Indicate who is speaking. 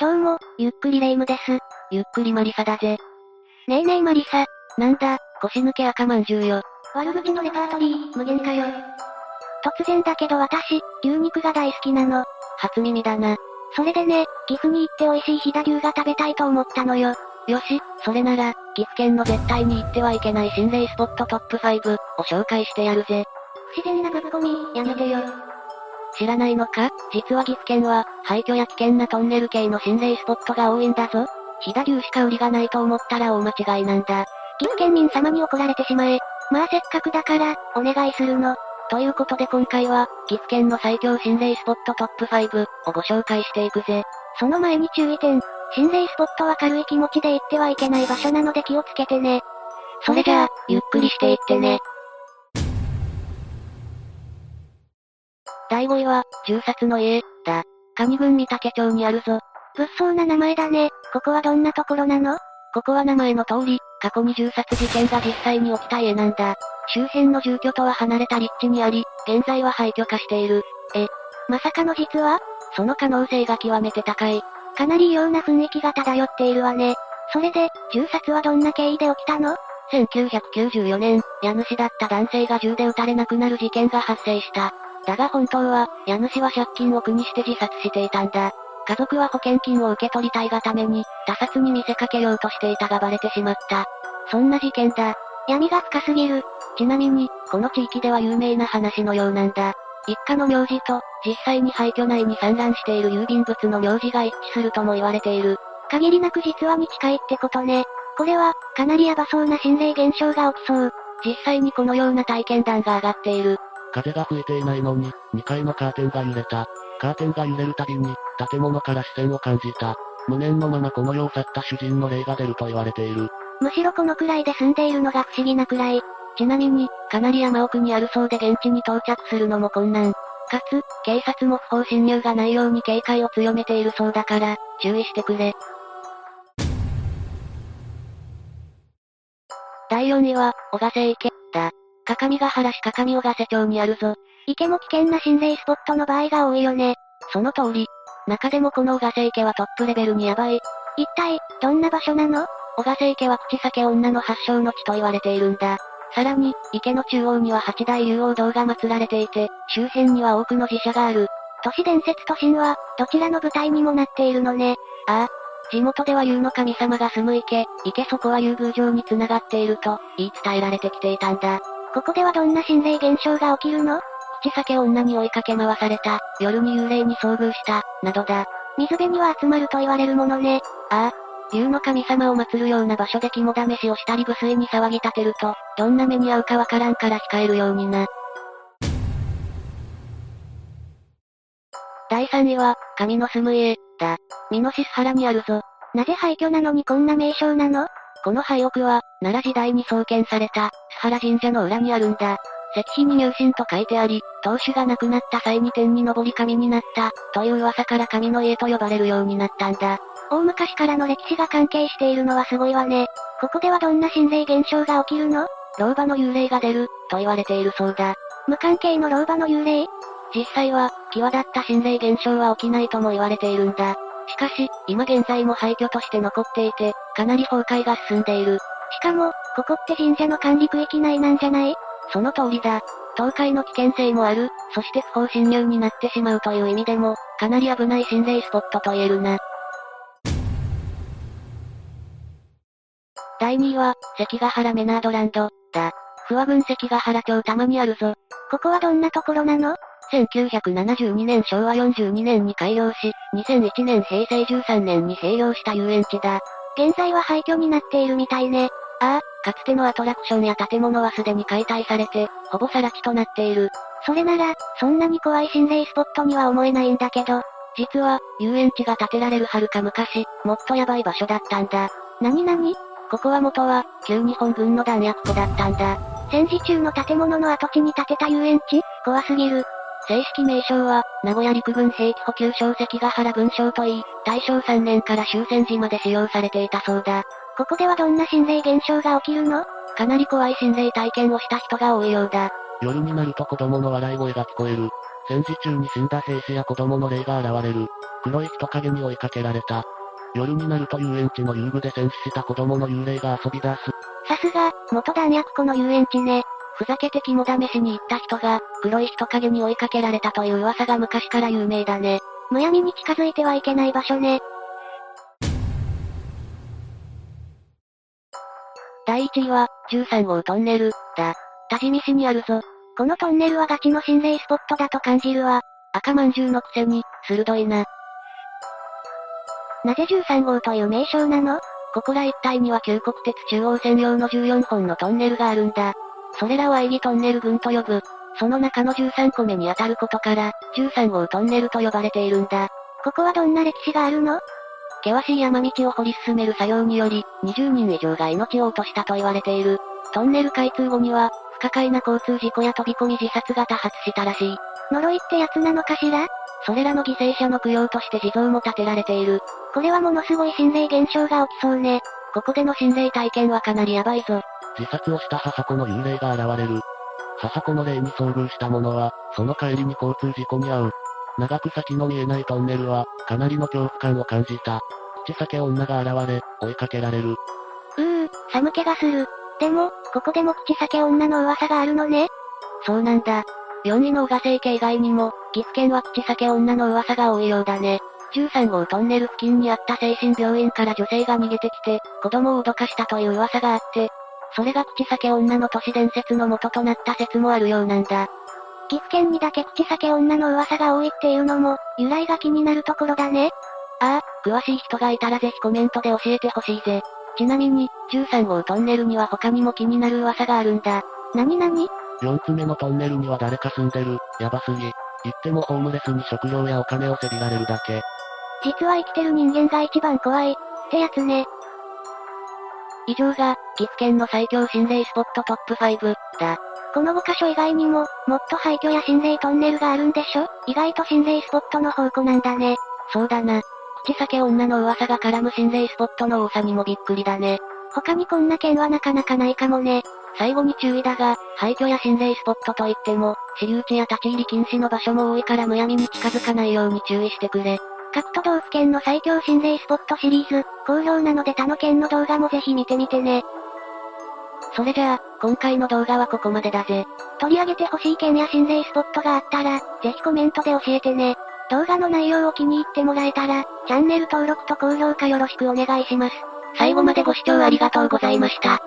Speaker 1: どうも、ゆっくりレ夢ムです。
Speaker 2: ゆっくりマリサだぜ。
Speaker 1: ねえねえマリサ。
Speaker 2: なんだ、腰抜け赤まんじゅうよ。
Speaker 1: 悪口のレパートリー、無限かよ。突然だけど私、牛肉が大好きなの。
Speaker 2: 初耳だな。
Speaker 1: それでね、岐阜に行って美味しい飛騨牛が食べたいと思ったのよ。
Speaker 2: よし、それなら、岐阜県の絶対に行ってはいけない心霊スポットトップ5を紹介してやるぜ。
Speaker 1: 不自然なぶっこみ、やめてよ。
Speaker 2: 知らないのか実は岐阜県は、廃墟や危険なトンネル系の心霊スポットが多いんだぞ。飛騨牛しか売りがないと思ったら大間違いなんだ。
Speaker 1: 岐阜県民様に怒られてしまえ。まあせっかくだから、お願いするの。
Speaker 2: ということで今回は、岐阜県の最強心霊スポットトップ5をご紹介していくぜ。
Speaker 1: その前に注意点。心霊スポットは軽い気持ちで行ってはいけない場所なので気をつけてね。
Speaker 2: それじゃあ、ゆっくりしていってね。第5位は、銃殺の家、だ。蟹郡三竹町にあるぞ。
Speaker 1: 物騒な名前だね。ここはどんなところなの
Speaker 2: ここは名前の通り、過去に銃殺事件が実際に起きた家なんだ。周辺の住居とは離れた立地にあり、現在は廃墟化している。
Speaker 1: え、まさかの実は
Speaker 2: その可能性が極めて高い。
Speaker 1: かなり異様な雰囲気が漂っているわね。それで、銃殺はどんな経緯で起きたの
Speaker 2: ?1994 年、家主だった男性が銃で撃たれなくなる事件が発生した。だが本当は、家主は借金を苦にして自殺していたんだ。家族は保険金を受け取りたいがために、他殺に見せかけようとしていたがバレてしまった。そんな事件だ。
Speaker 1: 闇が深すぎる。
Speaker 2: ちなみに、この地域では有名な話のようなんだ。一家の名字と、実際に廃墟内に散乱している郵便物の名字が一致するとも言われている。
Speaker 1: 限りなく実話に近いってことね。これは、かなりヤバそうな心霊現象が起きそう。
Speaker 2: 実際にこのような体験談が上がっている。
Speaker 3: 風が吹いていないのに、2階のカーテンが揺れた。カーテンが揺れるたびに、建物から視線を感じた。無念のままこの世を去った主人の霊が出ると言われている。
Speaker 1: むしろこのくらいで住んでいるのが不思議なくらい。
Speaker 2: ちなみに、かなり山奥にあるそうで現地に到着するのも困難。かつ、警察も不法侵入がないように警戒を強めているそうだから、注意してくれ。第4位は、小笠池、だ。かかみが原市かかみ小笠町にあるぞ。
Speaker 1: 池も危険な心霊スポットの場合が多いよね。
Speaker 2: その通り。中でもこの小笠池はトップレベルにやばい。
Speaker 1: 一体、どんな場所なの
Speaker 2: 小笠池は口酒女の発祥の地と言われているんだ。さらに、池の中央には八大竜王堂が祀られていて、周辺には多くの寺社がある。
Speaker 1: 都市伝説と神話、どちらの舞台にもなっているのね。
Speaker 2: ああ。地元では竜の神様が住む池、池底は竜宮城に繋がっていると、言い伝えられてきていたんだ。
Speaker 1: ここではどんな心霊現象が起きるの
Speaker 2: 口酒女に追いかけ回された、夜に幽霊に遭遇した、などだ。
Speaker 1: 水辺には集まると言われるものね。
Speaker 2: ああ。竜の神様を祀るような場所で肝試しをしたり無粋に騒ぎ立てると、どんな目に遭うかわからんから控えるようにな。第3位は、神の住む家、だ。美濃市原にあるぞ。
Speaker 1: なぜ廃墟なのにこんな名称なの
Speaker 2: この廃屋は、奈良時代に創建された、須原神社の裏にあるんだ。石碑に入信と書いてあり、当主が亡くなった際に天に上り神になった、という噂から神の家と呼ばれるようになったんだ。
Speaker 1: 大昔からの歴史が関係しているのはすごいわね。ここではどんな心霊現象が起きるの
Speaker 2: 老婆の幽霊が出る、と言われているそうだ。
Speaker 1: 無関係の老婆の幽霊
Speaker 2: 実際は、際立った心霊現象は起きないとも言われているんだ。しかし、今現在も廃墟として残っていて、かなり崩壊が進んでいる。
Speaker 1: しかも、ここって神社の管理区域内なんじゃない
Speaker 2: その通りだ。倒壊の危険性もある、そして不法侵入になってしまうという意味でも、かなり危ない心霊スポットと言えるな。第2位は、関ヶ原メナードランド、だ。不和郡関ヶ原町たまにあるぞ。
Speaker 1: ここはどんなところなの
Speaker 2: ?1972 年昭和42年に開業し、2001年平成13年に併用した遊園地だ。
Speaker 1: 現在は廃墟になっているみたいね。
Speaker 2: ああ、かつてのアトラクションや建物はすでに解体されて、ほぼ更地となっている。
Speaker 1: それなら、そんなに怖い心霊スポットには思えないんだけど。
Speaker 2: 実は、遊園地が建てられる遥か昔、もっとヤバい場所だったんだ。
Speaker 1: なになに
Speaker 2: ここは元は、旧日本軍の弾薬庫だったんだ。
Speaker 1: 戦時中の建物の跡地に建てた遊園地怖すぎる。
Speaker 2: 正式名称は、名古屋陸軍兵器補給小関ヶ原軍省といい、大正3年から終戦時まで使用されていたそうだ。
Speaker 1: ここではどんな心霊現象が起きるの
Speaker 2: かなり怖い心霊体験をした人が多いようだ。
Speaker 3: 夜になると子供の笑い声が聞こえる。戦時中に死んだ兵士や子供の霊が現れる。黒い人影に追いかけられた。夜になると遊園地の遊具で戦死した子供の幽霊が遊び出す。
Speaker 1: さすが、元弾薬庫の遊園地ね。
Speaker 2: ふざけて肝試しに行った人が、黒い人影に追いかけられたという噂が昔から有名だね。
Speaker 1: むやみに近づいてはいけない場所ね。
Speaker 2: 第1位は、13号トンネル、だ。多治見市にあるぞ。
Speaker 1: このトンネルはガチの心霊スポットだと感じるわ。
Speaker 2: 赤まんじゅうのくせに、鋭いな。
Speaker 1: なぜ13号という名称なの
Speaker 2: ここら一帯には旧国鉄中央線用の14本のトンネルがあるんだ。それらを愛義トンネル群と呼ぶ。その中の13個目に当たることから、13号トンネルと呼ばれているんだ。
Speaker 1: ここはどんな歴史があるの
Speaker 2: 険しい山道を掘り進める作業により、20人以上が命を落としたと言われている。トンネル開通後には、不可解な交通事故や飛び込み自殺が多発したらしい。
Speaker 1: 呪いってやつなのかしら
Speaker 2: それらの犠牲者の供養として地蔵も建てられている。
Speaker 1: これはものすごい心霊現象が起きそうね。
Speaker 2: ここでの心霊体験はかなりヤバいぞ。
Speaker 3: 自殺をした母子の幽霊が現れる。母子の霊に遭遇した者は、その帰りに交通事故に遭う。長く先の見えないトンネルは、かなりの恐怖感を感じた。口裂け女が現れ、追いかけられる。
Speaker 1: うー、寒気がする。でも、ここでも口裂け女の噂があるのね。
Speaker 2: そうなんだ。4位の小賀政家以外にも、岐阜県は口裂け女の噂が多いようだね。13号トンネル付近にあった精神病院から女性が逃げてきて、子供を脅かしたという噂があって、それが口裂け女の都市伝説の元となった説もあるようなんだ。
Speaker 1: 岐阜県にだけ口裂け女の噂が多いっていうのも、由来が気になるところだね。
Speaker 2: ああ、詳しい人がいたらぜひコメントで教えてほしいぜ。ちなみに、13号トンネルには他にも気になる噂があるんだ。
Speaker 1: なになに
Speaker 3: ?4 つ目のトンネルには誰か住んでる、やばすぎ。言ってもホームレスに食料やお金をせびられるだけ。
Speaker 1: 実は生きてる人間が一番怖い、ってやつね。
Speaker 2: 以上が、岐阜県の最強心霊スポットトップ5、だ。
Speaker 1: この5箇所以外にも、もっと廃墟や心霊トンネルがあるんでしょ意外と心霊スポットの宝庫なんだね。
Speaker 2: そうだな。口裂け女の噂が絡む心霊スポットの多さにもびっくりだね。
Speaker 1: 他にこんな件はなかなかないかもね。
Speaker 2: 最後に注意だが、廃墟や心霊スポットといっても、私有地や立ち入り禁止の場所も多いからむやみに近づかないように注意してくれ。
Speaker 1: 各都道府県の最強心霊スポットシリーズ、好評なので他の県の動画もぜひ見てみてね。
Speaker 2: それじゃあ、今回の動画はここまでだぜ。
Speaker 1: 取り上げてほしい県や心霊スポットがあったら、ぜひコメントで教えてね。動画の内容を気に入ってもらえたら、チャンネル登録と高評価よろしくお願いします。
Speaker 2: 最後までご視聴ありがとうございました。